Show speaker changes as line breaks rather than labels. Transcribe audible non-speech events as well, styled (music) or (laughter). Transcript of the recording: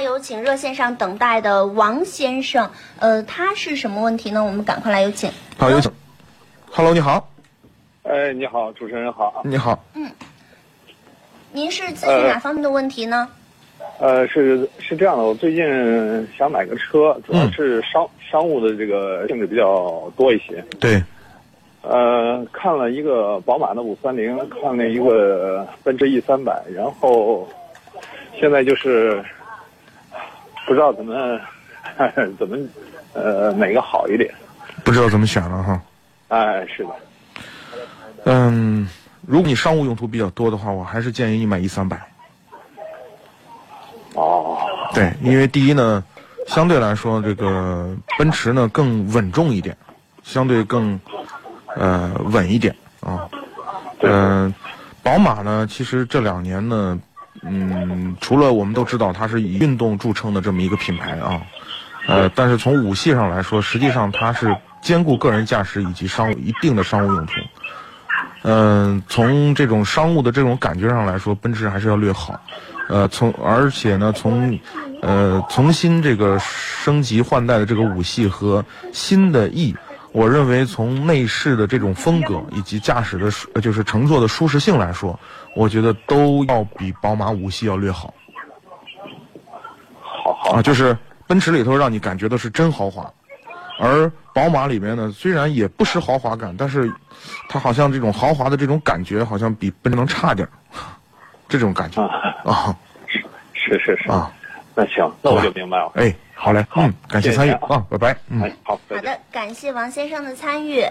有请热线上等待的王先生，呃，他是什么问题呢？我们赶快来有请。
好，有请。Hello，你好，
哎，你好，主持人好，
你好，
您是咨询哪方面的问题呢？
呃，是是这样的，我最近想买个车，主
嗯
要是商、商务的这个性质比较多一些。
对，
呃，看了一个宝马的五三零，看了一个奔驰 E 三百，然后现在就是不知道怎么 (laughs) 怎么呃哪个好一点。
不知道怎么选了哈。
哎，是的，
嗯，如果你商务用途比较多的话，我还是建议你买 E 三百。
哦， (laughs)
对，因为第一呢，相对来说，这个奔驰呢更稳重一点，相对更呃稳一点啊。呃，宝马呢，其实这两年呢，嗯，除了我们都知道它是以运动著称的这么一个品牌啊，呃，但是从武系上来说，实际上它是兼顾个人驾驶以及商务一定的商务用途。嗯、从这种商务的这种感觉上来说，奔驰还是要略好。呃，从而且呢，从呃重新这个升级换代的这个五系和新的 E，我认为从内饰的这种风格以及驾驶的舒呃就是乘坐的舒适性来说，我觉得都要比宝马五系要略好
好好，
啊。就是奔驰里头让你感觉的是真豪华，而宝马里面呢，虽然也不失豪华感，但是它好像这种豪华的这种感觉，好像比奔驰能差点儿，这种感觉
啊
啊
是是是，
啊！
那行，那我就明白了。
哎，好嘞，嗯，感谢
谢谢
参与
啊
啊，拜拜，嗯。
哎，好，再
好
见。
的，感谢王先生的参与。